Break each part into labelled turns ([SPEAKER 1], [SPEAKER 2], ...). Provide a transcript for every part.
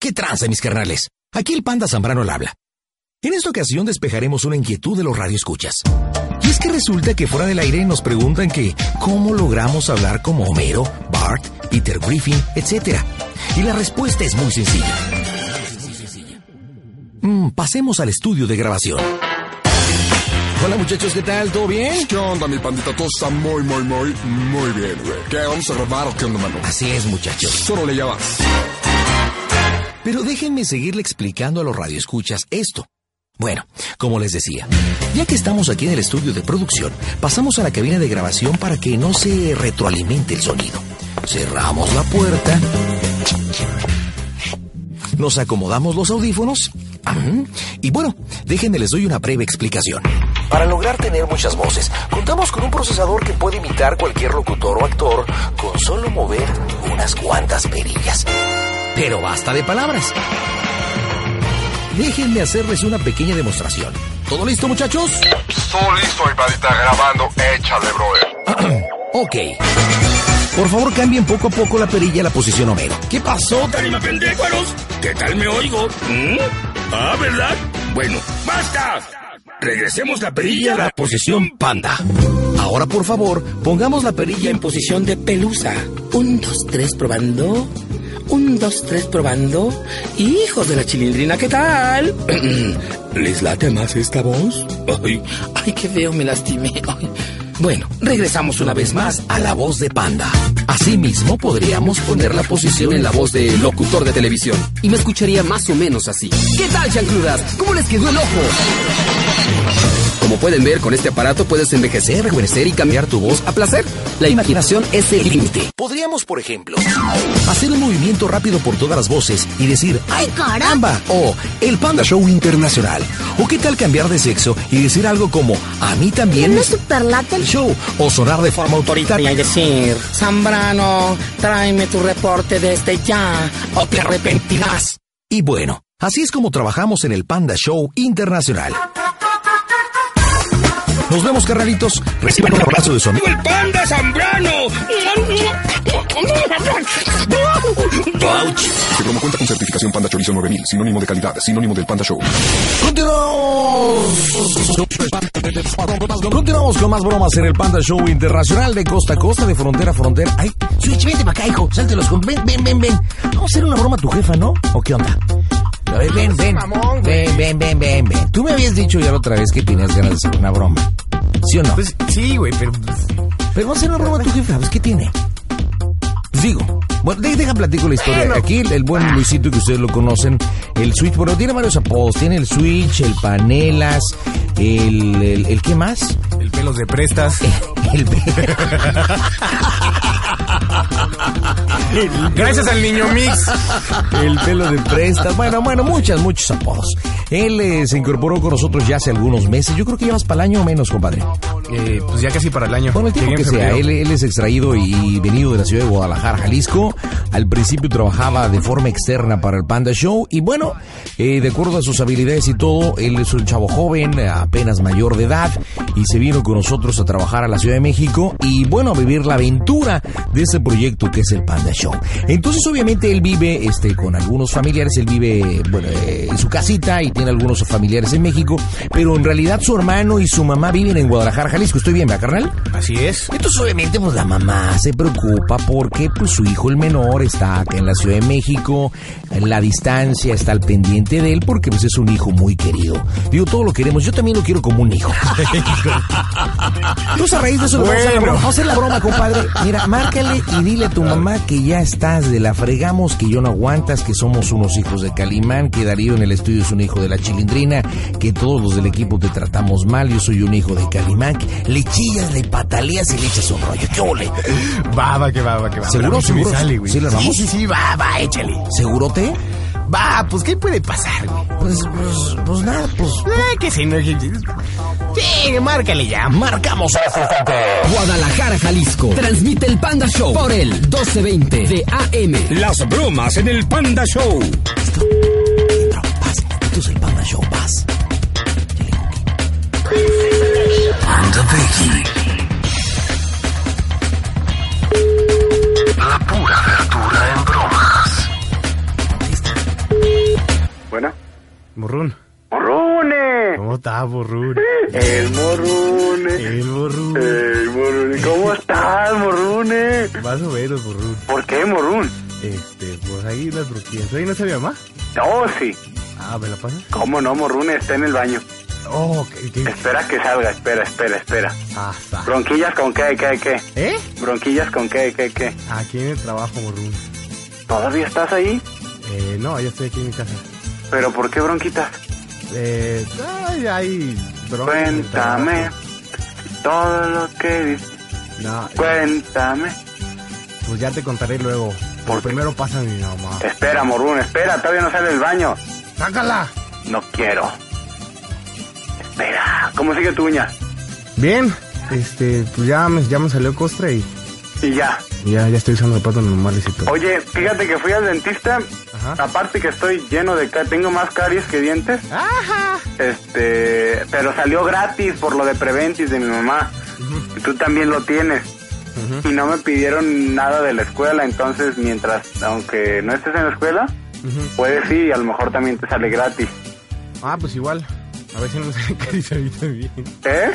[SPEAKER 1] ¿Qué tranza, mis carnales? Aquí el Panda Zambrano la habla. En esta ocasión despejaremos una inquietud de los radioescuchas. Y es que resulta que fuera del aire nos preguntan que cómo logramos hablar como Homero, Bart, Peter Griffin, etc. Y la respuesta es muy sencilla. Mm, pasemos al estudio de grabación. Hola muchachos, ¿qué tal? ¿Todo bien?
[SPEAKER 2] ¿Qué onda, mi pandita? Todo está muy, muy, muy, muy bien, güey. ¿Qué? ¿Vamos a grabar o qué onda, mano?
[SPEAKER 1] Así es muchachos.
[SPEAKER 2] Solo le llamas.
[SPEAKER 1] Pero déjenme seguirle explicando a los radioescuchas esto. Bueno, como les decía, ya que estamos aquí en el estudio de producción, pasamos a la cabina de grabación para que no se retroalimente el sonido. Cerramos la puerta. Nos acomodamos los audífonos. Ajá. Y bueno, déjenme les doy una breve explicación. Para lograr tener muchas voces, contamos con un procesador que puede imitar cualquier locutor o actor con solo mover unas cuantas perillas. Pero basta de palabras. Déjenme hacerles una pequeña demostración. ¿Todo listo, muchachos?
[SPEAKER 2] Todo listo, mi pandita, grabando. Échale, brother.
[SPEAKER 1] Ok. Por favor, cambien poco a poco la perilla a la posición Homero. ¿Qué pasó?
[SPEAKER 3] ¡Ánima, pendécuaros! ¿Qué tal me oigo? ¿Mm? Ah, ¿verdad? Bueno, ¡basta! Regresemos la perilla a la posición panda.
[SPEAKER 1] Ahora, por favor, pongamos la perilla en posición.
[SPEAKER 3] Posición de pelusa. Un, dos, tres, probando. Un, dos, tres, probando. Hijos de la chilindrina, ¿qué tal? ¿Les late más esta voz? Ay, ay, qué feo, me lastimé. Ay. Bueno, regresamos una vez más.
[SPEAKER 1] más a la voz de Panda. Asimismo, podríamos poner la posición en la voz de locutor de televisión.
[SPEAKER 4] y me escucharía más o menos así. ¿Qué tal, chancludas? ¿Cómo les quedó el ojo? Como pueden ver, con este aparato puedes envejecer, rejuvenecer y cambiar tu voz a placer. La imaginación es el límite.
[SPEAKER 1] Podríamos, por ejemplo, hacer un movimiento rápido por todas las voces y decir ¡Ay, caramba! o El Panda Show Internacional. O qué tal cambiar de sexo y decir algo como A mí también
[SPEAKER 5] ¿No
[SPEAKER 1] me
[SPEAKER 5] es superlate
[SPEAKER 1] el
[SPEAKER 5] el
[SPEAKER 1] show. O sonar de forma autoritaria.
[SPEAKER 3] y decir, Zambrano, tráeme tu reporte desde ya o te arrepentirás.
[SPEAKER 1] Y bueno, así es como trabajamos en el Panda Show Internacional. Nos vemos, carnalitos. Reciban un abrazo de su amigo.
[SPEAKER 3] ¡Viva el panda Zambrano!
[SPEAKER 2] Se promo cuenta con certificación Panda Chorizo 9000, sinónimo de calidad, sinónimo del Panda Show.
[SPEAKER 1] Continuamos. Continuamos con más bromas en el Panda Show Internacional de costa a costa, de frontera a frontera. Ay, Switch, vente para acá, hijo. Salte los con. Ven, ven, ven, ven. Vamos a hacer una broma a tu jefa, ¿no? ¿O qué onda? A ver, ven, ven. Ven, ven, ven, ven, ven. Tú me habías dicho ya la otra vez que tenías ganas de hacer una broma. ¿Sí o no?
[SPEAKER 6] Pues sí, güey, pero. pues,
[SPEAKER 1] Pero vamos a hacer una broma a tu jefa, pues, ¿qué tiene? Digo, bueno, de- deja platico la historia. Aquí el, el buen Luisito, que ustedes lo conocen, el Switch, bueno, tiene varios apodos. Tiene el Switch, el Panelas, el, el, el ¿qué más?
[SPEAKER 6] El pelos de prestas.
[SPEAKER 1] El,
[SPEAKER 6] Gracias al niño Mix.
[SPEAKER 1] el pelo de prestas. Bueno, bueno, muchas, muchos apodos. Él eh, se incorporó con nosotros ya hace algunos meses. Yo creo que llevas para el año o menos, compadre.
[SPEAKER 6] Eh, pues ya casi para el año.
[SPEAKER 1] Bueno, el tiempo
[SPEAKER 6] Llegué
[SPEAKER 1] que
[SPEAKER 6] en
[SPEAKER 1] sea,
[SPEAKER 6] febrero.
[SPEAKER 1] él, él es extraído y venido de la ciudad de Guadalajara, Jalisco. Al principio trabajaba de forma externa para el Panda Show y bueno, eh, de acuerdo a sus habilidades y todo, él es un chavo joven, apenas mayor de edad y se vino con nosotros a trabajar a la Ciudad de México y bueno, a vivir la aventura de ese proyecto que es el Panda Show. Entonces, obviamente, él vive este, con algunos familiares, él vive bueno, eh, en su casita y tiene algunos familiares en México, pero en realidad su hermano y su mamá viven en Guadalajara, Jalisco. ¿Estoy bien, va, carnal?
[SPEAKER 6] Así es.
[SPEAKER 1] Entonces obviamente pues la mamá se preocupa porque pues su hijo el menor está acá en la Ciudad de México, la distancia está al pendiente de él porque pues es un hijo muy querido. Digo, todo lo queremos, yo también lo quiero como un hijo. Entonces a raíz de eso le vamos, a la broma. Vamos a hacer la broma, compadre. Mira, márcale y dile a tu mamá que ya estás de la fregamos, que yo no aguantas, que somos unos hijos de Calimán, que Darío en el estudio es un hijo de la chilindrina, que todos los del equipo te tratamos mal, yo soy un hijo de Calimán. Le chillas, le pataleas y le echas un rollo. ¡Qué ole!
[SPEAKER 6] Va, va, que va, va, que va.
[SPEAKER 1] ¿Seguro,
[SPEAKER 6] Pero a mí se me
[SPEAKER 1] seguro?
[SPEAKER 6] sale, güey.
[SPEAKER 1] ¿Sí la
[SPEAKER 6] sí,
[SPEAKER 1] armamos?
[SPEAKER 6] sí, sí, va, va, échale.
[SPEAKER 1] ¿Segurote?
[SPEAKER 6] Va, pues, ¿qué puede pasar, güey?
[SPEAKER 1] Pues, pues, pues nada, pues...
[SPEAKER 6] Ah, que sí, no. que- Sí, márcale ya.
[SPEAKER 1] ¡Marcamos a
[SPEAKER 4] Guadalajara, Jalisco. Transmite el Panda Show por el 1220 de AM.
[SPEAKER 3] Las bromas en el Panda Show.
[SPEAKER 1] Entra, paz. Esto es el Panda Show, paz. Panda Peggy. La pura verdura en bromas.
[SPEAKER 5] Bueno,
[SPEAKER 6] Morrón.
[SPEAKER 5] Morrune.
[SPEAKER 6] ¿Cómo está, Morrón?
[SPEAKER 5] El Morrune.
[SPEAKER 6] El Morrón.
[SPEAKER 5] El Morrune. ¿Cómo estás, Morrune?
[SPEAKER 6] Más o menos, Morrón.
[SPEAKER 5] ¿Por qué, Morrun?
[SPEAKER 6] Este, pues ahí las bruquillas. ¿Ahí no está mi mamá?
[SPEAKER 5] No, sí.
[SPEAKER 6] Ah, ¿me la pasas?
[SPEAKER 5] ¿Cómo no, Morrune? Está en el baño.
[SPEAKER 6] Oh, ¿qué? qué?
[SPEAKER 5] Espera que salga, espera, espera, espera.
[SPEAKER 6] Ah, está.
[SPEAKER 5] ¿Bronquillas con qué, qué, qué?
[SPEAKER 6] ¿Eh?
[SPEAKER 5] ¿Bronquillas con qué, qué, qué?
[SPEAKER 6] Aquí en el trabajo, Morrón.
[SPEAKER 5] ¿Todavía estás ahí?
[SPEAKER 6] Eh, no, yo estoy aquí en mi casa.
[SPEAKER 5] ¿Pero por qué bronquitas?
[SPEAKER 6] Eh, ay, ay, bro.
[SPEAKER 5] Cuéntame todo lo que dices.
[SPEAKER 6] No,
[SPEAKER 5] Cuéntame.
[SPEAKER 6] pues ya te contaré luego. Por primero pasa mi mamá.
[SPEAKER 5] Espera, Morrun, espera, todavía no sale del baño.
[SPEAKER 6] ¡Sácala!
[SPEAKER 5] No quiero. Espera, ¿cómo sigue tu uña?
[SPEAKER 6] Bien, este, pues ya me, ya me salió costra y
[SPEAKER 5] Y ya.
[SPEAKER 6] ya, ya estoy usando zapatos normales y todo.
[SPEAKER 5] Oye, fíjate que fui al dentista.
[SPEAKER 6] Ajá.
[SPEAKER 5] Aparte que estoy lleno de caries, tengo más caries que dientes.
[SPEAKER 6] ¡Ajá!
[SPEAKER 5] Este, pero salió gratis por lo de Preventis de mi mamá. Y tú también lo tienes. Y no me pidieron nada de la escuela, entonces mientras, aunque no estés en la escuela,
[SPEAKER 6] Ujú.
[SPEAKER 5] puedes ir y a lo mejor también te sale gratis.
[SPEAKER 6] Ah, pues igual. A ver si no me sale caries ahorita bien.
[SPEAKER 5] ¿Eh?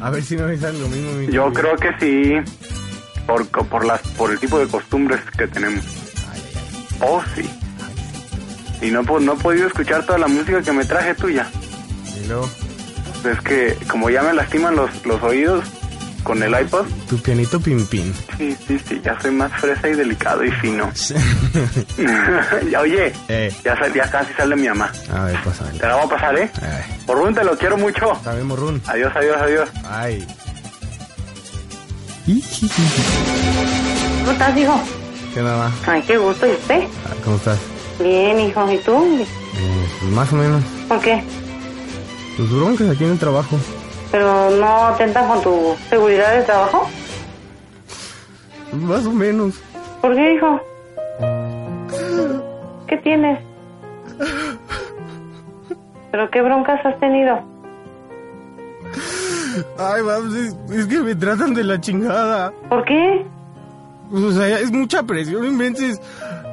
[SPEAKER 6] A ver si no me sale lo mismo. mi-
[SPEAKER 5] Yo creo que sí, por, co- por, las, por el tipo de costumbres que tenemos. Oh, sí. Y no, po- no he podido escuchar toda la música que me traje tuya.
[SPEAKER 6] Y luego,
[SPEAKER 5] Es que como ya me lastiman los, los oídos con el iPod,
[SPEAKER 6] tu pianito pin pin.
[SPEAKER 5] sí, sí, sí, ya soy más fresa y delicado y fino. Ya, Oye,
[SPEAKER 6] Eh.
[SPEAKER 5] ya, sal- ya casi sale mi mamá.
[SPEAKER 6] A ver, pasa.
[SPEAKER 5] Te la voy a pasar, ¿eh?
[SPEAKER 6] Ay,
[SPEAKER 5] Por un te lo quiero mucho.
[SPEAKER 6] también morrón.
[SPEAKER 5] Adiós, adiós, adiós.
[SPEAKER 6] Ay.
[SPEAKER 7] ¿Cómo estás, hijo?
[SPEAKER 6] ¿Qué nada más?
[SPEAKER 7] Ay, qué gusto, ¿y usted?
[SPEAKER 6] Ah, ¿Cómo estás?
[SPEAKER 7] Bien, hijo, ¿y tú?
[SPEAKER 6] Eh, pues más o menos.
[SPEAKER 7] ¿Por qué?
[SPEAKER 6] Tus broncas aquí en el trabajo.
[SPEAKER 7] ¿Pero no atentas con tu seguridad de trabajo?
[SPEAKER 6] Más o menos.
[SPEAKER 7] ¿Por qué, hijo? ¿Qué tienes? ¿Pero qué broncas has tenido?
[SPEAKER 6] Ay, vamos, es, es que me tratan de la chingada. Pues,
[SPEAKER 7] ¿Por qué?
[SPEAKER 6] O sea, es mucha presión, inventes.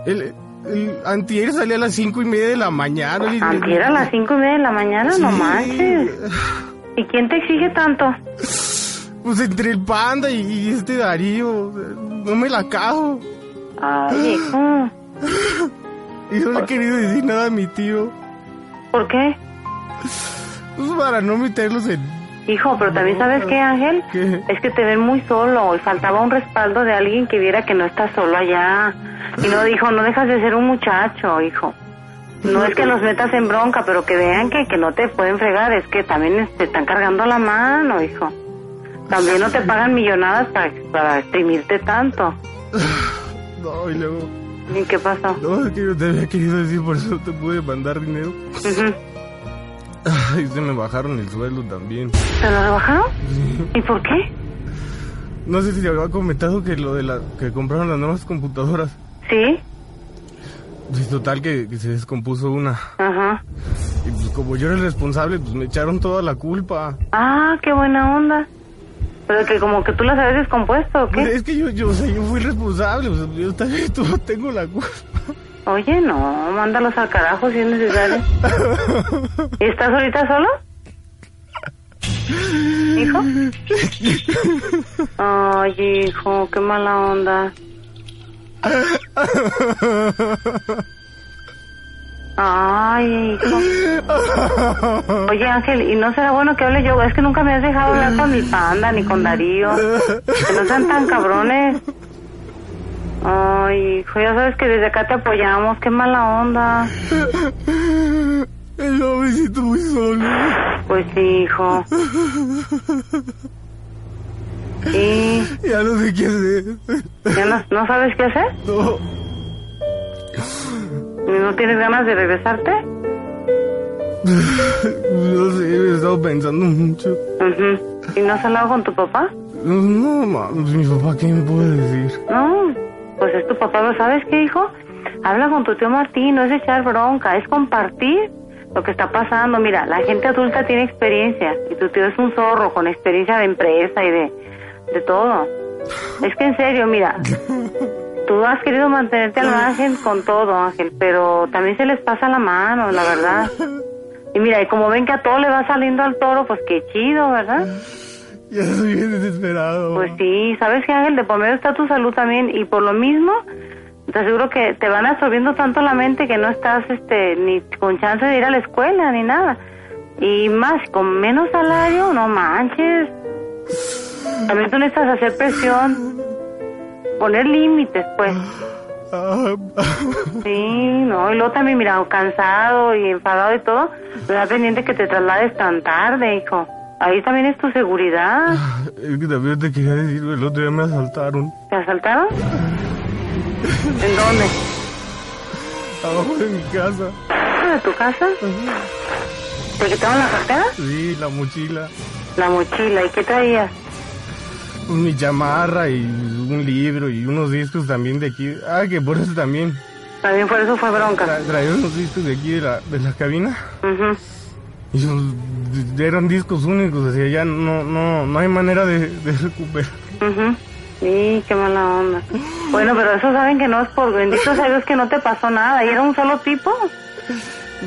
[SPEAKER 6] El, el antier salí a las cinco y media de la mañana. y-
[SPEAKER 7] Antier a las cinco y media de la mañana, no
[SPEAKER 6] Sí.
[SPEAKER 7] manches. ¿Y quién te exige tanto?
[SPEAKER 6] Pues entre el panda y, y este Darío. o sea, No me la cajo.
[SPEAKER 7] Ay, hijo,
[SPEAKER 6] Y no le he querido decir nada a mi tío.
[SPEAKER 7] ¿por qué?
[SPEAKER 6] Pues para no meterlos en...
[SPEAKER 7] Hijo, pero también sabes qué, Ángel,
[SPEAKER 6] ¿Qué?
[SPEAKER 7] es que te ven muy solo y faltaba un respaldo de alguien que viera que no estás solo allá. Y no dijo, no dejas de ser un muchacho, hijo. No es que los metas en bronca, pero que vean que, que no te pueden fregar, es que también te están cargando la mano, hijo. También no te pagan millonadas para, para exprimirte tanto.
[SPEAKER 6] No, y luego...
[SPEAKER 7] ¿Y qué pasó?
[SPEAKER 6] No, es que yo te había querido decir, por eso no te pude mandar dinero.
[SPEAKER 7] Ujú.
[SPEAKER 6] Ay, se me bajaron el sueldo también.
[SPEAKER 7] ¿Te lo rebajaron? ¿Y por qué?
[SPEAKER 6] No sé si te había comentado que lo de la... que compraron las nuevas computadoras.
[SPEAKER 7] ¿Sí?
[SPEAKER 6] Pues total que, que se descompuso una.
[SPEAKER 7] Ajá.
[SPEAKER 6] Y pues como yo era el responsable, pues me echaron toda la culpa.
[SPEAKER 7] Ah, qué buena onda. Pero que como que tú las habías descompuesto, ¿o qué?
[SPEAKER 6] Pues es que yo, yo, o sea, yo fui el responsable, pues yo también tuvo- tengo la culpa.
[SPEAKER 7] Oye, no, mándalos al carajo si es necesario. ¿Y estás ahorita solo? ¿Hijo? Ay, hijo, qué mala onda. Ay, hijo. Oye, Ángel, ¿y no será bueno que hable yo? Es que nunca me has dejado hablar con mi panda ni con Darío. Que no sean tan cabrones. Ay, hijo, ya sabes que desde acá te apoyamos. Qué mala onda.
[SPEAKER 6] Yo me siento muy solo.
[SPEAKER 7] Pues sí, hijo. ¿Y
[SPEAKER 6] Ya no sé qué hacer.
[SPEAKER 7] ya no, no sabes qué hacer?
[SPEAKER 6] No,
[SPEAKER 7] ¿No tienes ganas de regresarte?
[SPEAKER 6] no sé, he estado pensando mucho.
[SPEAKER 7] Ujú. ¿Y no has hablado con tu papá?
[SPEAKER 6] No, no mames, mi papá, ¿qué me puede decir?
[SPEAKER 7] No, pues es tu papá, pero ¿sabes qué, hijo? Habla con tu tío Martín, no es echar bronca, es compartir lo que está pasando. Mira, la gente adulta tiene experiencia y tu tío es un zorro con experiencia de empresa y de, de todo. Es que en serio, mira, Tú has querido mantenerte al margen con todo, Ángel, pero también se les pasa la mano, la verdad. Y mira, y como ven que a todo le va saliendo al toro, pues qué chido, ¿verdad?
[SPEAKER 6] Ya estoy bien desesperado.
[SPEAKER 7] Pues sí, sabes que Ángel, de por medio está tu salud también y por lo mismo te aseguro que te van absorbiendo tanto la mente que no estás este ni con chance de ir a la escuela ni nada. Y más, con menos salario, no manches. También tú necesitas hacer presión, poner límites, pues.
[SPEAKER 6] Ah,
[SPEAKER 7] Sí, no, y luego también, mira, cansado y enfadado y todo, me da pendiente que te traslades tan tarde, hijo. Ahí también es tu seguridad.
[SPEAKER 6] es que también te quería decir, el otro día me asaltaron.
[SPEAKER 7] ¿Te asaltaron? ¿En dónde?
[SPEAKER 6] Abajo de mi casa.
[SPEAKER 7] ¿De tu casa? ¿Te quitaron la cartera?
[SPEAKER 6] Sí, la mochila.
[SPEAKER 7] La mochila, ¿y qué traías?
[SPEAKER 6] Mi chamarra y un libro y unos discos también de aquí. Ah, que por eso también.
[SPEAKER 7] También por eso fue bronca.
[SPEAKER 6] Tra- traía unos discos de aquí de la, de la cabina.
[SPEAKER 7] Ujú.
[SPEAKER 6] Y los- de- eran discos únicos, o sea, ya no, no, no hay manera de, de recuperar.
[SPEAKER 7] Ujú. Sí, qué mala onda. Bueno, pero eso saben que no es por bendito sea Dios que no te pasó nada. ¿Y era un solo tipo?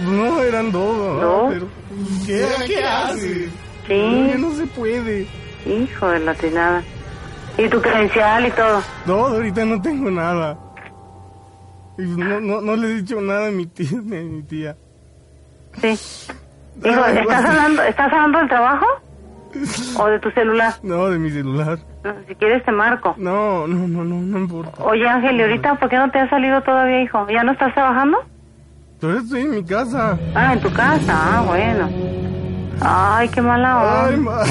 [SPEAKER 6] No, eran dos.
[SPEAKER 7] ¿No?
[SPEAKER 6] ¿no? Pero, ¿Qué, ¿qué haces? No, ya
[SPEAKER 7] Sí,
[SPEAKER 6] no se puede.
[SPEAKER 7] hijo de la tinada. ¿Y tu credencial y todo?
[SPEAKER 6] No, ahorita no tengo nada. Y No, no, no le he dicho nada a mi tía. A mi tía.
[SPEAKER 7] Sí. Hijo,
[SPEAKER 6] Ay,
[SPEAKER 7] ¿estás
[SPEAKER 6] guau.
[SPEAKER 7] hablando, ¿estás hablando del trabajo? ¿O de tu celular?
[SPEAKER 6] No, de mi celular.
[SPEAKER 7] No, Si quieres te marco.
[SPEAKER 6] No, no, no, no, no importa.
[SPEAKER 7] Oye Ángel, ¿y ahorita por qué no te has salido todavía, hijo? ¿Ya no estás trabajando?
[SPEAKER 6] Pero estoy en mi casa.
[SPEAKER 7] Ah, en tu casa. Ah, bueno. Ay, qué mala
[SPEAKER 6] Ay,
[SPEAKER 7] onda.
[SPEAKER 6] ma.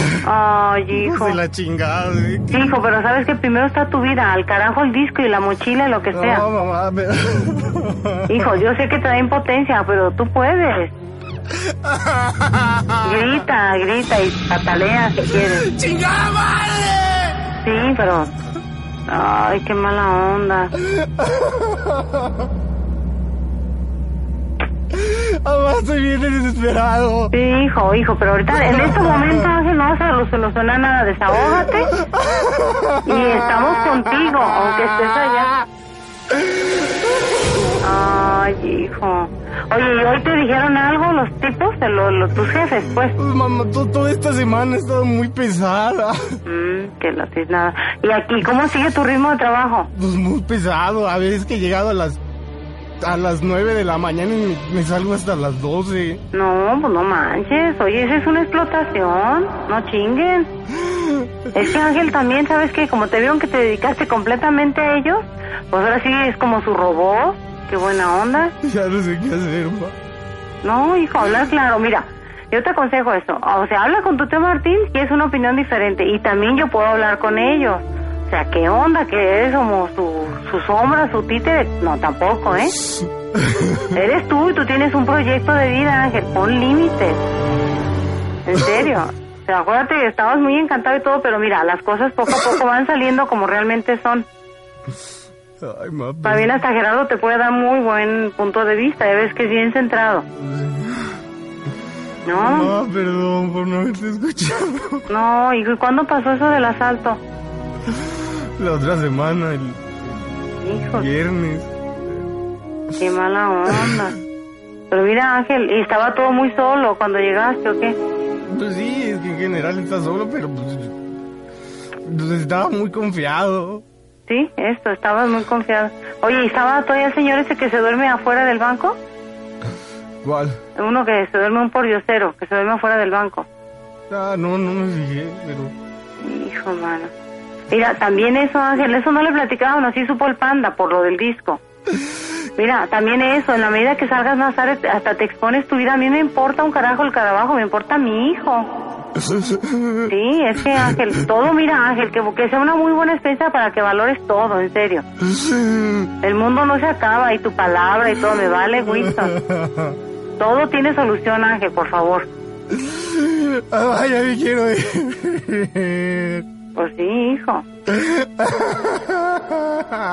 [SPEAKER 7] Ay,
[SPEAKER 6] Hijos
[SPEAKER 7] hijo.
[SPEAKER 6] de la chingada. ¿eh? ¿Qué-
[SPEAKER 7] Hijo, pero sabes que primero está tu vida, al carajo el disco y la mochila y lo que sea.
[SPEAKER 6] No, Ah, mamá. me-
[SPEAKER 7] Hijo, yo sé que te da impotencia, pero tú puedes. Grita, grita y patalea si quieres. Sí, pero... Ay, qué mala onda.
[SPEAKER 6] Mamá, estoy bien desesperado.
[SPEAKER 7] Sí, hijo, hijo, pero ahorita en estos momentos Ángel, no vas a solucionar nada, desahógate. Y estamos contigo, aunque estés allá. Ay, hijo. Oye, ¿y hoy te dijeron algo los tipos, de lo- lo- tus jefes, pues?
[SPEAKER 6] Pues, Mamá, to- toda esta semana he estado muy pesada.
[SPEAKER 7] Mm, que la nada. ¿Y aquí cómo sigue tu ritmo de trabajo?
[SPEAKER 6] Pues muy pesado. A veces que he llegado a las a las 9 de la mañana y me, me salgo hasta las 12.
[SPEAKER 7] No, pues no manches. Oye, esa es una explotación. No chinguen. Es que Ángel también, ¿sabes que Como te vieron que te dedicaste completamente a ellos, pues ahora sí es como su robot. Qué buena onda.
[SPEAKER 6] Ya no sé qué hacer, mamá.
[SPEAKER 7] No, hijo, hablar claro. Mira, yo te aconsejo esto. O sea, habla con tu tío Martín, que es una opinión diferente. Y también yo puedo hablar con ellos. O sea, ¿qué onda? que eres como su, su sombra, su títere? No, tampoco, ¿eh? eres tú y tú tienes un proyecto de vida, Ángel. Pon límites. En serio. O sea, acuérdate, estabas muy encantado y todo, pero mira, las cosas poco a poco van saliendo como realmente son.
[SPEAKER 6] Ay, mamá. pues,
[SPEAKER 7] También hasta Gerardo te puede dar muy buen punto de vista, ya ves que es bien centrado. No,
[SPEAKER 6] Mamá, perdón por no haberte escuchado.
[SPEAKER 7] no, hijo, ¿y cuándo pasó eso del asalto?
[SPEAKER 6] La otra semana, el
[SPEAKER 7] Hijo,
[SPEAKER 6] viernes.
[SPEAKER 7] qué mala onda. Pero mira, Ángel, y estaba todo muy solo cuando llegaste, ¿o qué?
[SPEAKER 6] Pues sí, es que en general está solo, pero pues, pues, estaba muy confiado.
[SPEAKER 7] Sí, esto, estabas muy confiado. Oye, ¿y estaba todavía el señor ese que se duerme afuera del banco?
[SPEAKER 6] ¿Cuál?
[SPEAKER 7] Uno que se duerme un pordiosero, que se duerme afuera del banco.
[SPEAKER 6] Ah, no, no me fijé, pero...
[SPEAKER 7] Hijo, mano. Mira, también eso, Ángel, eso no le platicaban, así supo el panda por lo del disco. Mira, también eso, en la medida que salgas más tarde, te- hasta te expones tu vida. A mí me importa un carajo el carabajo, me importa mi hijo. Sí, es que Ángel, todo, mira, Ángel, que, que sea una muy buena experiencia para que valores todo, en serio. El mundo no se acaba y tu palabra y todo, me vale, Winston. Todo tiene solución, Ángel, por favor.
[SPEAKER 6] Ah, ya me quiero ir.
[SPEAKER 7] Pues sí, hijo.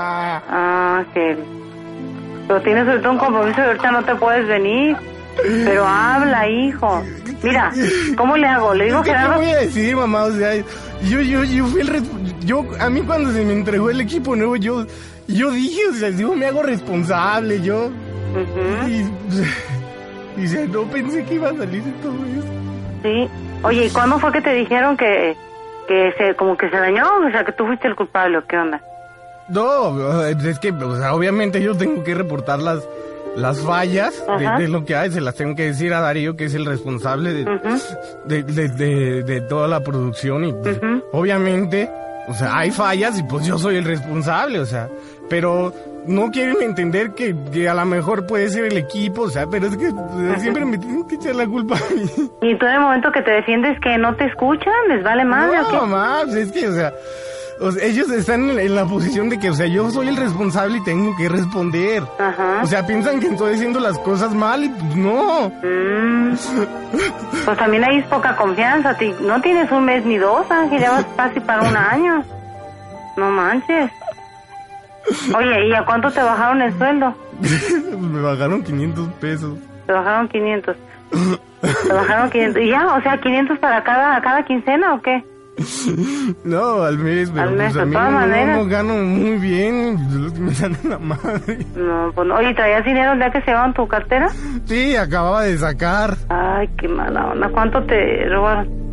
[SPEAKER 7] Ángel. Pero Ah, tienes ahorita un compromiso y ahorita no te puedes venir. Pero habla, hijo. Mira, ¿cómo le hago? Le digo a
[SPEAKER 6] ¿Qué te
[SPEAKER 7] Gerardo.
[SPEAKER 6] voy a decir, mamá? O sea, yo, yo, yo fui el... res- Yo, a mí cuando se me entregó el equipo nuevo, yo... Yo dije, o sea, digo, me hago responsable, yo.
[SPEAKER 7] Ujú.
[SPEAKER 6] Y, y dice, no pensé que iba a salir de todo esto.
[SPEAKER 7] Sí. Oye, ¿y cuándo fue que te dijeron que, que se, como que se dañó? O sea, que tú fuiste el culpable, ¿o qué onda?
[SPEAKER 6] No, es que, o sea, obviamente yo tengo que reportar las, las fallas
[SPEAKER 7] Ajá.
[SPEAKER 6] de, de lo que hay. Se las tengo que decir a Darío, que es el responsable de, de, de- de- de toda la producción. Y pues,
[SPEAKER 7] Ujú.
[SPEAKER 6] obviamente, o sea, hay fallas y pues yo soy el responsable, o sea. Pero no quieren entender que, que a lo mejor puede ser el equipo, o sea, pero es que o sea, siempre me tienen que echar la culpa a mí.
[SPEAKER 7] Y tú en el momento que te defiendes que no te escuchan, les vale madre, ¿o qué?
[SPEAKER 6] No, mamá, pues es que, o sea, o sea, ellos están en, en la posición de que, o sea, yo soy el responsable y tengo que responder.
[SPEAKER 7] Ajá.
[SPEAKER 6] O sea, piensan que estoy haciendo las cosas mal y pues no.
[SPEAKER 7] Mm. Pues también hay poca confianza. ti- No tienes un mes ni dos, Ángel. Ya vas casi para un año. No manches. Oye, ¿y a cuánto te bajaron el sueldo?
[SPEAKER 6] Me bajaron 500 pesos.
[SPEAKER 7] Te bajaron 500. Te bajaron 500. ¿Y ya? O sea, 500 para cada, cada quincena o qué?
[SPEAKER 6] No, al mes, pero
[SPEAKER 7] Al mes,
[SPEAKER 6] pues, a
[SPEAKER 7] de
[SPEAKER 6] mí
[SPEAKER 7] todas
[SPEAKER 6] no,
[SPEAKER 7] maneras.
[SPEAKER 6] no gano muy bien. pues, los que me dan la madre.
[SPEAKER 7] No, pues no. Oye, ¿traías dinero el día que se llevaron tu cartera?
[SPEAKER 6] Sí, acababa de sacar
[SPEAKER 7] Ay, qué mala onda. ¿Cuánto te robaron?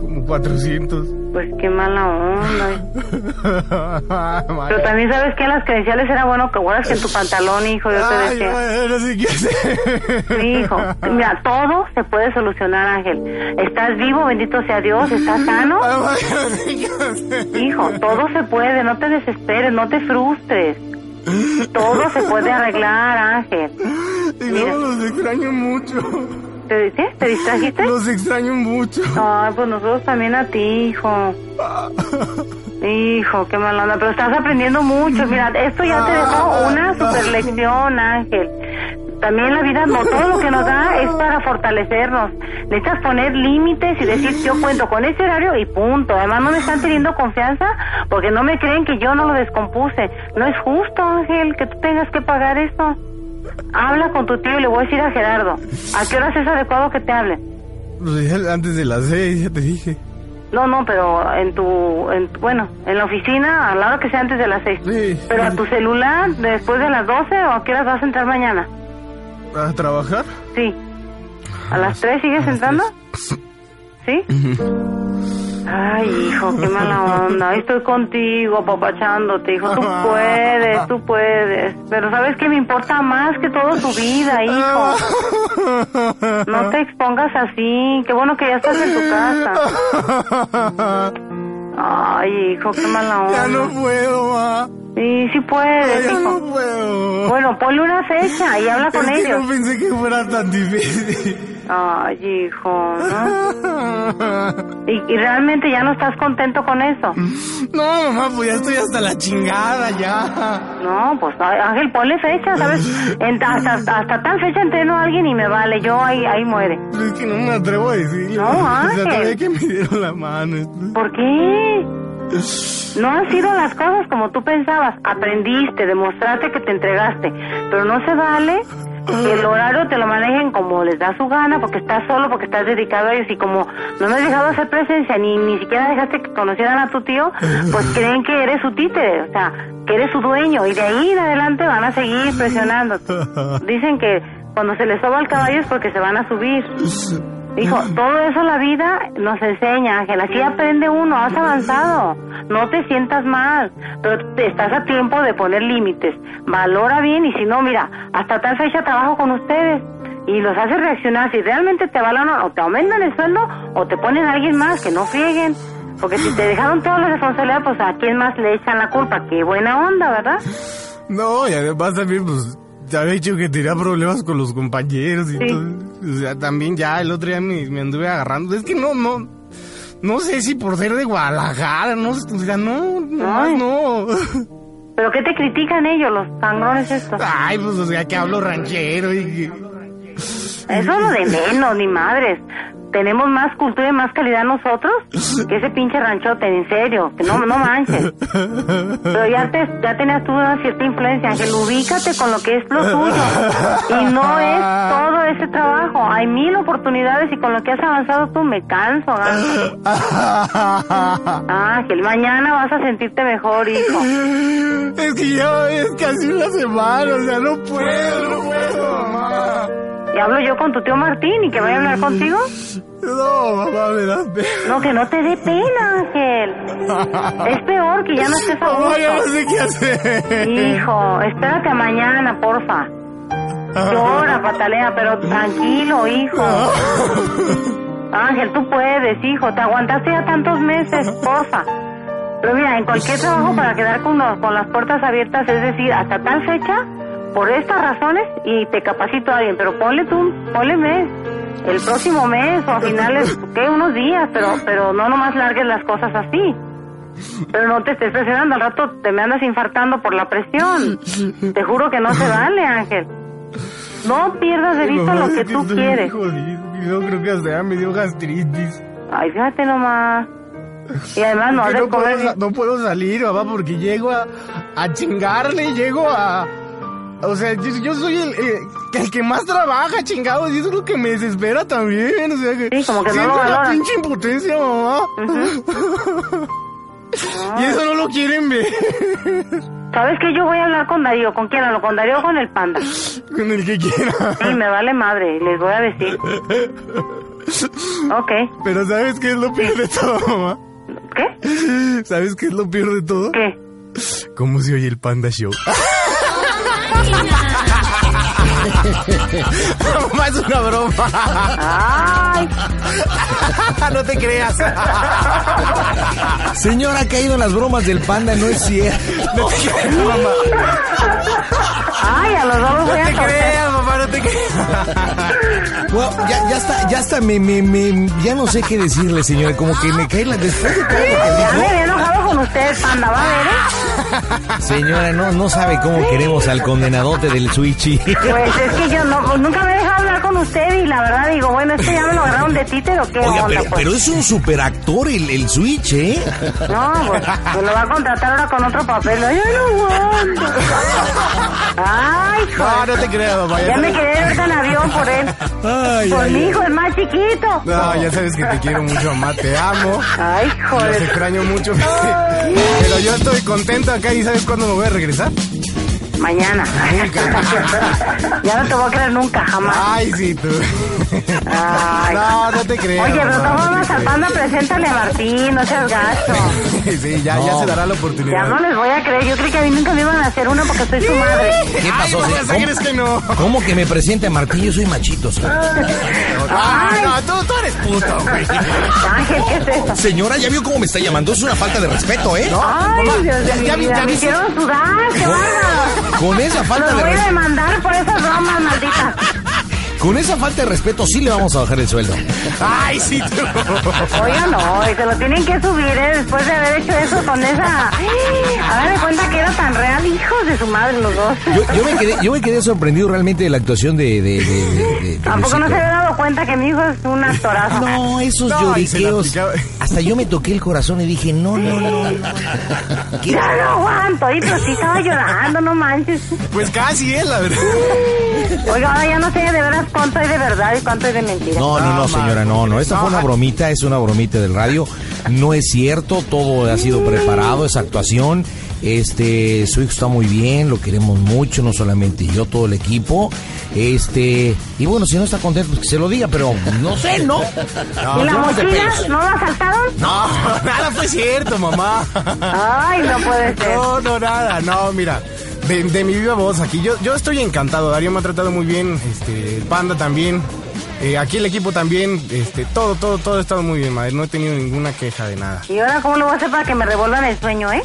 [SPEAKER 6] como 400.
[SPEAKER 7] Pues qué mala onda. Pero
[SPEAKER 6] Pero
[SPEAKER 7] también sabes que en las credenciales era bueno que guardas que en tu pantalón, hijo, yo te
[SPEAKER 6] Ay,
[SPEAKER 7] decía.
[SPEAKER 6] bueno, no sé qué hacer.
[SPEAKER 7] Sí, hijo. Mira, todo se puede solucionar, Ángel. Estás vivo, bendito sea Dios, estás sano.
[SPEAKER 6] Ay, bueno, no sé qué hacer.
[SPEAKER 7] Hijo, todo se puede, no te desesperes, no te frustres. Todo se puede arreglar, Ángel.
[SPEAKER 6] Y luego los extraño mucho.
[SPEAKER 7] ¿Te, qué? ¿Te distrajiste?
[SPEAKER 6] Los extraño mucho.
[SPEAKER 7] Ay, pues nosotros también a ti, hijo. Hijo, qué mala onda. Pero estás aprendiendo mucho. Mira, esto ya te dejó una super lección, Ángel. También la vida, no, todo lo que nos da es para fortalecernos. Necesitas poner límites y decir, yo cuento con este horario y punto. Además, no me están teniendo confianza porque no me creen que yo no lo descompuse. No es justo, Ángel, que tú tengas que pagar esto. Habla con tu tío y le voy a decir a Gerardo. ¿A qué horas es adecuado que te hable?
[SPEAKER 6] Pues ya Antes de las seis, ya te dije.
[SPEAKER 7] No, no, pero en tu, en tu- bueno, en la oficina, a la hora que sea antes de las seis.
[SPEAKER 6] Sí.
[SPEAKER 7] Pero a tu celular, después de las 12 o a qué horas vas a entrar mañana?
[SPEAKER 6] ¿A trabajar?
[SPEAKER 7] Sí. ¿A las tres sigues entrando? ¿Sí? Ay, hijo, qué mala onda. Ahí Estoy contigo, papachándote, hijo. Tú puedes, tú puedes. Pero ¿sabes qué? Me importa más que toda tu vida, hijo. No te expongas así. Qué bueno que ya estás en tu casa. Ay, hijo, qué mala
[SPEAKER 6] ya no
[SPEAKER 7] onda.
[SPEAKER 6] puedo, ma.
[SPEAKER 7] Sí, sí puedes,
[SPEAKER 6] Ya no
[SPEAKER 7] hijo.
[SPEAKER 6] puedo.
[SPEAKER 7] Bueno, ponle una fecha y habla con
[SPEAKER 6] es que no
[SPEAKER 7] ellos.
[SPEAKER 6] pensé que fuera tan difícil.
[SPEAKER 7] Ay, hijo, ¿no? Ah. Y, y realmente ya no estás contento con eso.
[SPEAKER 6] No, mamá, pues ya estoy hasta la chingada, ya.
[SPEAKER 7] No, pues a- Ángel, ponle fecha, ¿sabes? En- hasta, hasta tal fecha entreno a alguien y me vale, yo ahí, ahí muere.
[SPEAKER 6] Pero es que no me atrevo a decirlo.
[SPEAKER 7] No,
[SPEAKER 6] o sea,
[SPEAKER 7] Ángel.
[SPEAKER 6] todavía que me dieron la mano.
[SPEAKER 7] ¿Por qué? No han sido las cosas como tú pensabas. Aprendiste, demostraste que te entregaste, pero no se vale que el horario te lo manejen como les da su gana, porque estás solo, porque estás dedicado a ellos y como no me has dejado hacer presencia, ni ni siquiera dejaste que conocieran a tu tío, pues creen que eres su títere, o sea, que eres su dueño y de ahí en adelante van a seguir presionándote. Dicen que cuando se les soba el caballo es porque se van a subir. Hijo, todo eso la vida nos enseña, Ángel. Así aprende uno, has avanzado. No te sientas mal, pero te- estás a tiempo de poner límites. Valora bien y si no, mira, hasta tal fecha trabajo con ustedes y los hace reaccionar. Si realmente te valoran o te aumentan el sueldo o te ponen a alguien más que no frieguen. Porque si te dejaron toda la responsabilidad, pues a quién más le echan la culpa. Qué buena onda, ¿verdad?
[SPEAKER 6] No, y además también, pues, ya había dicho que tenía problemas con los compañeros y
[SPEAKER 7] Sí.
[SPEAKER 6] todo. O sea, también ya el otro día me, me anduve agarrando. Es que no, no, no sé si por ser de Guadalajara, no, o sea, no, no,
[SPEAKER 7] Ay.
[SPEAKER 6] no.
[SPEAKER 7] Pero ¿qué te critican ellos, los sangrones estos?
[SPEAKER 6] Ay, pues, o sea, que hablo ranchero y que...
[SPEAKER 7] Eso es lo de menos, ni madres. Tenemos más cultura y más calidad nosotros que ese pinche ranchote, en serio. Que no, no manches. Pero ya, te, ya tenías tú una cierta influencia, Ángel. Ubícate con lo que es lo tuyo. Y no es todo ese trabajo. no, hay mil oportunidades y con lo que has avanzado tú me canso, Ángel. Ángel, mañana vas a sentirte mejor, hijo.
[SPEAKER 6] Es que ya es casi una semana, o sea, no puedo, no puedo, mamá.
[SPEAKER 7] ¿Y hablo yo con tu tío Martín y que vaya a hablar contigo?
[SPEAKER 6] No, mamá, me das pena.
[SPEAKER 7] No, que no te dé pena, Ángel. Es peor que ya no estés a
[SPEAKER 6] Mamá, ya no
[SPEAKER 7] gusto.
[SPEAKER 6] sé qué hacer.
[SPEAKER 7] Hijo, espérate a mañana, porfa. Llora, patalea, pero tranquilo, hijo. Ángel, tú puedes, hijo. Te aguantaste ya tantos meses, porfa. Pero mira, en cualquier trabajo para quedar con, los- con las puertas abiertas, es decir, hasta tal fecha, por estas razones, y te capacito a alguien, pero ponle tú, ponle mes, el próximo mes o a finales, ¿qué? Unos días, pero, pero no nomás largues las cosas así. Pero no te estés presionando, al rato te me andas infartando por la presión. Te juro que no se vale, Ángel. No pierdas de vista
[SPEAKER 6] Mamá,
[SPEAKER 7] lo
[SPEAKER 6] es
[SPEAKER 7] que tú
[SPEAKER 6] estoy
[SPEAKER 7] quieres.
[SPEAKER 6] jodido, y Yo creo que hasta ya me dio gastritis.
[SPEAKER 7] Ay, fíjate nomás. Y además no has
[SPEAKER 6] Que
[SPEAKER 7] de
[SPEAKER 6] no, puedo,
[SPEAKER 7] comer.
[SPEAKER 6] sa- no puedo salir, mamá, porque llego a, a chingarle, llego a... O sea, yo, yo soy el, eh, el que más trabaja, chingados, y eso es lo que me desespera también, o sea que...
[SPEAKER 7] Sí, como que no
[SPEAKER 6] siento
[SPEAKER 7] lo
[SPEAKER 6] la
[SPEAKER 7] valoran.
[SPEAKER 6] pinche impotencia, mamá. y eso no lo quieren ver
[SPEAKER 7] ¿Sabes qué? Yo voy a hablar con Darío. ¿Con quién hablo? ¿Con Darío o con el panda? Sí,
[SPEAKER 6] con el que quiera.
[SPEAKER 7] me vale madre. Les voy a decir. Ok.
[SPEAKER 6] Pero ¿sabes qué es lo peor de todo, mamá?
[SPEAKER 7] ¿Qué?
[SPEAKER 6] ¿Sabes qué es lo peor de todo?
[SPEAKER 7] ¿Qué?
[SPEAKER 6] ¿Cómo se oye el Panda Show? Mamá, es una broma.
[SPEAKER 7] ¡Ay!
[SPEAKER 6] no te creas.
[SPEAKER 1] Señora, ha caído en las bromas del panda, no es cierto.
[SPEAKER 6] No te creas, mamá.
[SPEAKER 7] ¡Ay! A los dos los voy
[SPEAKER 6] No
[SPEAKER 7] a
[SPEAKER 6] te
[SPEAKER 7] cortar.
[SPEAKER 6] creas, mamá, no te creas.
[SPEAKER 1] Bueno, ya, ya está, ya está, me, me, me- ya no sé qué decirle, señora. Como que me cae la después de todo lo que
[SPEAKER 7] Ya me
[SPEAKER 1] dijo.
[SPEAKER 7] había enojado con ustedes, panda. Va a ver, ¿eh?
[SPEAKER 1] Señora, no, no sabe cómo queremos al condenadote del Switchy.
[SPEAKER 7] Pues es que yo no, nunca me he dejado hablar con usted y la verdad digo, bueno, este ya me lo agarraron de títer o qué
[SPEAKER 1] Oiga,
[SPEAKER 7] onda,
[SPEAKER 1] pero,
[SPEAKER 7] pues?
[SPEAKER 1] pero es un superactor el, el Switch, ¿eh?
[SPEAKER 7] No, pues, pues lo va a contratar ahora con otro papel. Ay, yo no aguanto. Ay, hijo.
[SPEAKER 6] No, no te creas, mamá.
[SPEAKER 7] Ya me
[SPEAKER 6] sabes-
[SPEAKER 7] quedé ahorita en avión por él.
[SPEAKER 1] Ay,
[SPEAKER 7] por
[SPEAKER 1] ay,
[SPEAKER 7] mi hijo, el más chiquito.
[SPEAKER 6] No, ya sabes que te quiero mucho, mamá, te amo.
[SPEAKER 7] Ay,
[SPEAKER 6] Los
[SPEAKER 7] joder.
[SPEAKER 6] extraño mucho. Pero yo estoy contento acá y ¿sabes cuándo me voy a regresar?
[SPEAKER 7] Mañana. ya no te voy a creer nunca, jamás.
[SPEAKER 6] Ay, sí, tú.
[SPEAKER 7] Ay.
[SPEAKER 6] No, no te creas.
[SPEAKER 7] Oye, pero
[SPEAKER 6] mamá, no te
[SPEAKER 7] toma al
[SPEAKER 6] creas.
[SPEAKER 7] panda, preséntale a Martín, no seas gacho.
[SPEAKER 6] Sí, ya, ya
[SPEAKER 1] No.
[SPEAKER 6] se dará la
[SPEAKER 7] Ya
[SPEAKER 6] oportunidad.
[SPEAKER 7] no les voy a creer, yo creí que a mí nunca me iban a hacer una porque soy su madre.
[SPEAKER 1] ¿Qué pasó?
[SPEAKER 6] Ay, mamá,
[SPEAKER 1] ¿Cómo-
[SPEAKER 6] ¿sí crees que no?
[SPEAKER 1] ¿Cómo que me presente a Martín? Yo soy machito. señora.
[SPEAKER 6] Ah, no, tú, tú eres puto, güey.
[SPEAKER 7] Ángel, ¿qué es eso?
[SPEAKER 1] Señora, ya vio cómo me está llamando. Es una falta de respeto, ¿eh?
[SPEAKER 7] Ay,
[SPEAKER 6] mamá,
[SPEAKER 7] Dios
[SPEAKER 6] ya-
[SPEAKER 7] mío,
[SPEAKER 6] ya vi- ya
[SPEAKER 7] me
[SPEAKER 6] vi-
[SPEAKER 7] hicieron sudar, qué bárbaro.
[SPEAKER 1] Con esa falta
[SPEAKER 7] Los
[SPEAKER 1] de
[SPEAKER 7] voy a
[SPEAKER 1] respeto.
[SPEAKER 7] demandar por esas bromas, malditas.
[SPEAKER 1] Con esa falta de respeto sí le vamos a bajar el sueldo.
[SPEAKER 6] Ay, sí, tú.
[SPEAKER 7] Oigan, no, y se lo tienen que subir, ¿eh? Después de haber hecho eso con esa... Hagan de cuenta que era tan real, hijos de su madre los dos.
[SPEAKER 1] Yo, yo me, quedé, yo me quedé sorprendido realmente de la actuación de... de, de- de- de- de
[SPEAKER 7] Tampoco no se
[SPEAKER 1] Luisito.
[SPEAKER 7] había dado cuenta que mi hijo es un actorazo.
[SPEAKER 1] No, esos
[SPEAKER 6] No, y se la
[SPEAKER 1] lloriqueos.
[SPEAKER 6] aplicaba.
[SPEAKER 1] Hasta yo me toqué el corazón y dije, no, no, no. no. ¿Qué?
[SPEAKER 7] Ya no aguanto, y pero sí estaba llorando, no manches.
[SPEAKER 6] Pues casi es, la verdad.
[SPEAKER 7] Oiga, ahora ya no sé de veras cuánto hay de verdad y cuánto hay de mentira.
[SPEAKER 1] No, no, no,
[SPEAKER 6] No,
[SPEAKER 1] señora,
[SPEAKER 6] mano.
[SPEAKER 1] no, no. Esta fue
[SPEAKER 6] No,
[SPEAKER 1] una
[SPEAKER 6] ay.
[SPEAKER 1] bromita, es una bromita del radio. No es cierto, todo ha sido preparado, es actuación. Este, su hijo está muy bien, lo queremos mucho, no solamente yo, todo el equipo. Este, y bueno, si no está contento, pues que se lo diga, pero no sé, ¿no?
[SPEAKER 7] ¿Y la
[SPEAKER 1] bromas de
[SPEAKER 7] mochila?
[SPEAKER 1] pelos.
[SPEAKER 7] ¿No la saltaron?
[SPEAKER 6] No, nada fue cierto, mamá.
[SPEAKER 1] Ah.
[SPEAKER 7] Ay, no puede ser.
[SPEAKER 6] No, no, nada, no, mira. De, de mi viva voz aquí. Yo, yo estoy encantado. Darío me ha tratado muy bien. Este, el panda también. eh, aquí el equipo también. Este, todo, todo, todo ha estado muy bien, madre. No he tenido ninguna queja de nada.
[SPEAKER 7] ¿Y ahora cómo lo voy a hacer para que me revuelvan el sueño, eh?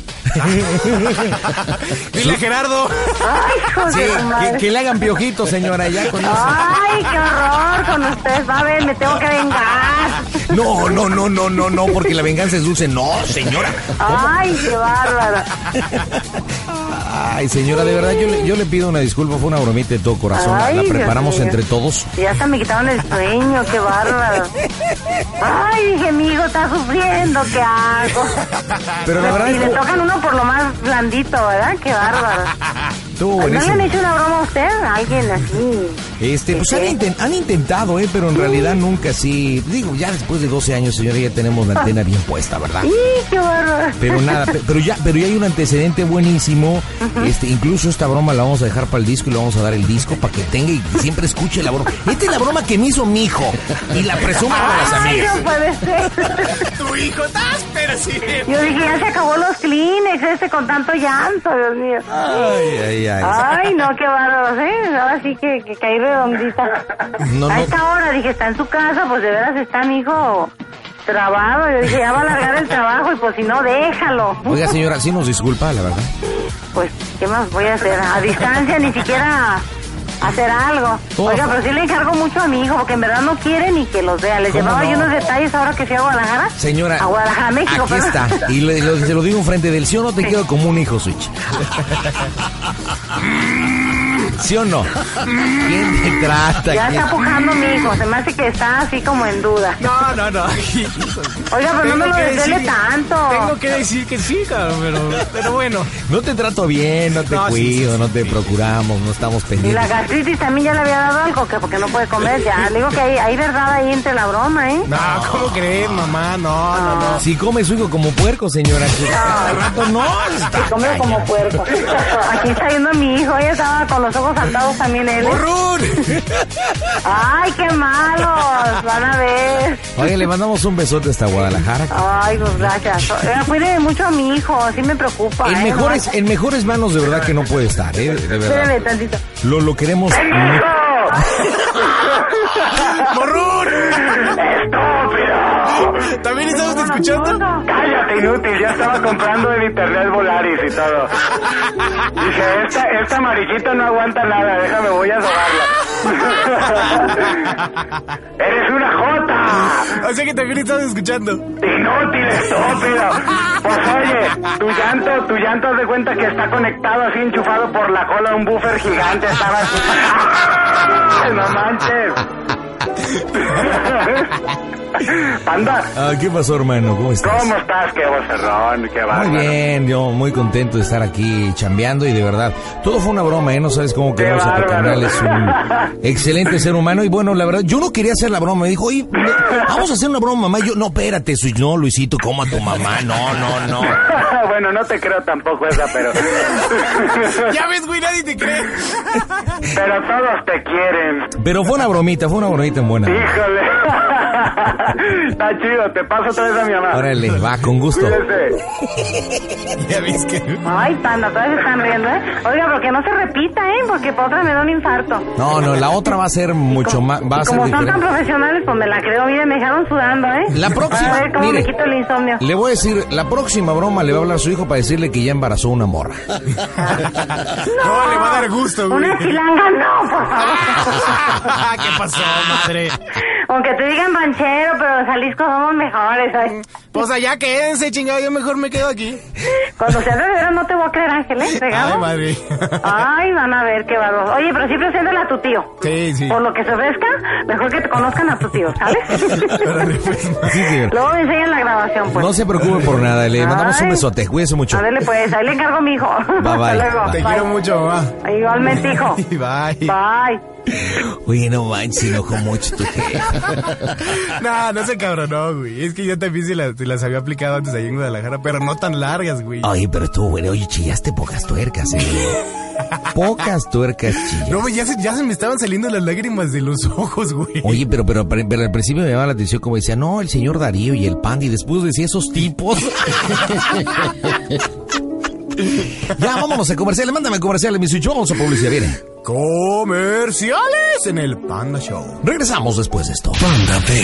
[SPEAKER 6] Dile a Gerardo.
[SPEAKER 7] Ay, hijos
[SPEAKER 1] Sí,
[SPEAKER 7] de su
[SPEAKER 1] que,
[SPEAKER 7] madre.
[SPEAKER 1] que le hagan piojito, señora, ya con eso.
[SPEAKER 7] Ay, qué horror con ustedes. Va a ver, me tengo que vengar.
[SPEAKER 1] No, no, no, no, no, no, porque la venganza es dulce. No, señora.
[SPEAKER 7] Ay, qué bárbara.
[SPEAKER 1] Ay, señora, de verdad, yo le, yo le pido una disculpa, fue una bromita de todo corazón. La-
[SPEAKER 7] Ay,
[SPEAKER 1] la
[SPEAKER 7] Dios
[SPEAKER 1] preparamos
[SPEAKER 7] mío.
[SPEAKER 1] entre todos.
[SPEAKER 7] Y hasta me quitaron el sueño, qué bárbaro. Ay, dije, mi hijo está sufriendo, ¿qué hago?
[SPEAKER 1] Pero la verdad
[SPEAKER 7] y
[SPEAKER 1] es
[SPEAKER 7] le
[SPEAKER 1] que-
[SPEAKER 7] tocan uno por lo más blandito, ¿verdad? Qué bárbaro.
[SPEAKER 1] Estuvo
[SPEAKER 7] ¿No le
[SPEAKER 1] Ah, buenísimo.
[SPEAKER 7] han hecho una broma a usted? ¿A alguien así?
[SPEAKER 1] Este, pues han, inten- han intentado, ¿eh? Pero en realidad nunca sí. Digo, ya después de 12 años, señora, ya tenemos la antena bien puesta, ¿verdad?
[SPEAKER 7] ¡Y qué bárbaro!
[SPEAKER 1] Pero nada, pe- pero ya, pero ya hay un antecedente buenísimo. Este, incluso esta broma la vamos a dejar para el disco y le vamos a dar el disco para que tenga y que siempre escuche la broma. Esta es la broma que me hizo mi hijo y la presuma con las
[SPEAKER 7] ¡Ay,
[SPEAKER 1] amigas.
[SPEAKER 7] no puede ser!
[SPEAKER 8] Tu hijo, estás, pero sí.
[SPEAKER 7] Yo dije, ya se acabó los Kleenex este con tanto llanto, Dios mío.
[SPEAKER 1] Ah. Ay, ay, ay.
[SPEAKER 7] Ay, no, qué bárbaros, ¿eh? Ahora sí que, que caí redondita.
[SPEAKER 1] No,
[SPEAKER 7] A
[SPEAKER 1] no.
[SPEAKER 7] esta hora dije, está en su casa, pues de veras está mi hijo trabado. Yo dije, ya va a alargar el trabajo y pues si no, déjalo.
[SPEAKER 1] Oiga, señora, sí nos disculpa, la verdad.
[SPEAKER 7] Pues, ¿qué más voy a hacer? A distancia ni siquiera hacer algo.
[SPEAKER 1] Todo.
[SPEAKER 7] Oiga, pero sí le encargo mucho a mi hijo, porque en verdad no quiere ni que los vea. Les
[SPEAKER 1] ¿Cómo
[SPEAKER 7] llevaba yo
[SPEAKER 1] no?
[SPEAKER 7] unos detalles ahora que fui a Guadalajara.
[SPEAKER 1] Señora,
[SPEAKER 7] A Guadalajara, México.
[SPEAKER 1] aquí
[SPEAKER 7] perdón.
[SPEAKER 1] está. Y le- lo- se lo digo enfrente del sí o no te quedo como un hijo switch. ¿Sí o no? ¿Quién te trata?
[SPEAKER 7] Ya
[SPEAKER 1] ¿Quién-
[SPEAKER 7] está pujando mi hijo, se me hace que está así como en duda.
[SPEAKER 8] No, no, no. hijo.
[SPEAKER 7] Oiga, pero no me
[SPEAKER 8] Tengo
[SPEAKER 7] lo
[SPEAKER 8] que
[SPEAKER 7] desvele
[SPEAKER 8] decir-
[SPEAKER 7] tanto.
[SPEAKER 8] Tengo que decir que sí, cabrón, pero, pero bueno.
[SPEAKER 1] No te trato bien, no te
[SPEAKER 8] No, sí,
[SPEAKER 1] cuido,
[SPEAKER 8] sí, sí,
[SPEAKER 1] no te procuramos, no estamos
[SPEAKER 7] Y la
[SPEAKER 1] pendientes.
[SPEAKER 7] gastritis también ya le había dado algo, que porque no puede comer ya. Le digo que hay, hay verdad ahí entre la broma, ¿eh?
[SPEAKER 8] No, ¿cómo crees, mamá? No, no, no.
[SPEAKER 1] Si come su hijo como puerco, señora. que- Al rato no.
[SPEAKER 7] Que come como puerco. Aquí está yendo mi hijo, ella estaba con los ojos saltados también él. ¿eh?
[SPEAKER 1] ¡Horror!
[SPEAKER 7] ¡Ay, qué malos! Van a ver.
[SPEAKER 1] Oye, le mandamos un besote hasta Guadalajara.
[SPEAKER 7] Ay, pues gracias. Oiga, cuide mucho a mi hijo, sí me preocupa.
[SPEAKER 1] En
[SPEAKER 7] ¿eh?
[SPEAKER 1] mejores, en mejores manos de verdad que no puede estar, ¿eh? De verdad.
[SPEAKER 7] Espérame tantito.
[SPEAKER 1] Lo, lo queremos. mucho.
[SPEAKER 8] ¿También estamos
[SPEAKER 7] No,
[SPEAKER 8] escuchando?
[SPEAKER 7] no.
[SPEAKER 5] Cállate, inútil, ya estaba comprando en internet Volaris y todo. Dije, esta, esta mariquita no aguanta nada, déjame, voy a sobarla. ¡Eres una jota!
[SPEAKER 8] O sea que también estamos escuchando.
[SPEAKER 5] ¡Inútil, estúpido! Pues oye, tu llanto, tu llanto, haz de cuenta que está conectado así enchufado por la cola a un buffer gigante, estaba así. ¡No manches! Panda,
[SPEAKER 1] Ah, ¿Qué pasó, hermano? ¿Cómo estás?
[SPEAKER 5] ¿cómo estás? ¡Qué vocerrón, qué bárbaro!
[SPEAKER 1] Muy bien, yo muy contento de estar aquí chambeando y de verdad, todo fue una broma, ¿eh? No sabes cómo queremos a tu
[SPEAKER 5] bárbaro.
[SPEAKER 1] carnal, es un excelente ser humano y bueno, la verdad, yo no quería hacer la broma, me dijo, oye, le- vamos a hacer una broma, mamá, Y yo, no, espérate, Switch, no, Luisito, como a tu mamá, no, no, no.
[SPEAKER 5] bueno, no te creo tampoco esa, pero.
[SPEAKER 8] Ya ves, güey, nadie te cree.
[SPEAKER 5] pero todos te quieren.
[SPEAKER 1] Pero fue una bromita, fue una bromita en buena. onda.
[SPEAKER 5] Híjole. Está chido, te paso otra vez a mi mamá.
[SPEAKER 1] Órale, va, con gusto.
[SPEAKER 5] Cuídese.
[SPEAKER 8] Ya ves que.
[SPEAKER 7] Ay, panda, todas están riendo, ¿eh? Oiga, pero que no se repita, ¿eh? Porque por otra me da un infarto.
[SPEAKER 1] No, no, la otra va a ser mucho
[SPEAKER 7] Como-
[SPEAKER 1] más, va a
[SPEAKER 7] y
[SPEAKER 1] ser
[SPEAKER 7] como son tan
[SPEAKER 1] diferente.
[SPEAKER 7] profesionales, pues me la creo. Mire, me dejaron sudando, ¿eh?
[SPEAKER 1] La próxima,
[SPEAKER 7] A ver cómo
[SPEAKER 1] mire.
[SPEAKER 7] me quito el insomnio.
[SPEAKER 1] Le voy a decir, la próxima broma le va a hablar a su hijo para decirle que ya embarazó una morra.
[SPEAKER 8] No, le va a dar gusto, güey.
[SPEAKER 7] Una chilanga, no, por favor.
[SPEAKER 8] ¿Qué pasó, madre?
[SPEAKER 7] Aunque te digan ranchero, pero en Jalisco somos mejores, ¿eh?
[SPEAKER 8] Pues allá quédense, chingado. Yo mejor me quedo aquí.
[SPEAKER 7] Cuando sea de veras no te voy a creer, Ángel, ¿eh? ¿Regado?
[SPEAKER 8] Ay, madre.
[SPEAKER 7] Ay, van a ver qué barro. Oye, pero sí preséntala a tu tío.
[SPEAKER 8] Sí, sí.
[SPEAKER 7] Por lo que se ofrezca, mejor que te conozcan a tu tío,
[SPEAKER 8] Órale,
[SPEAKER 7] ¿sabes?
[SPEAKER 8] pues, madre.
[SPEAKER 1] Sí, señor.
[SPEAKER 7] Luego me enseñan la grabación, pues.
[SPEAKER 1] No se preocupe por nada, le mandamos un
[SPEAKER 7] Ay.
[SPEAKER 1] besote, cuídese mucho.
[SPEAKER 7] A verle, pues, ahí le encargo a mi hijo.
[SPEAKER 1] bye.
[SPEAKER 7] Hasta luego.
[SPEAKER 1] Bye.
[SPEAKER 8] Te quiero mucho, mamá.
[SPEAKER 7] Igualmente, hijo.
[SPEAKER 8] Y bye.
[SPEAKER 7] Bye.
[SPEAKER 1] Oye, no manches, enojó mucho tu
[SPEAKER 8] No, no se cabronó, güey. Es que yo también se las, se las había aplicado antes ahí en Guadalajara, pero no tan largas, güey.
[SPEAKER 1] Oye, pero estuvo bueno. Oye, chillaste pocas tuercas, eh. Pocas tuercas chillas.
[SPEAKER 8] No, güey, ya se, ya se me estaban saliendo las lágrimas de los ojos, güey.
[SPEAKER 1] Oye, pero, pero, pero, pero al principio me llamaba la atención como decía, no, el señor Darío y el Panda, y después decía esos tipos. ya, vámonos a comerciales, mándame a comerciales, mi switch, vamos a publicidad, viene.
[SPEAKER 8] Comerciales en el Panda Show.
[SPEAKER 1] Regresamos después de esto.
[SPEAKER 2] Panda de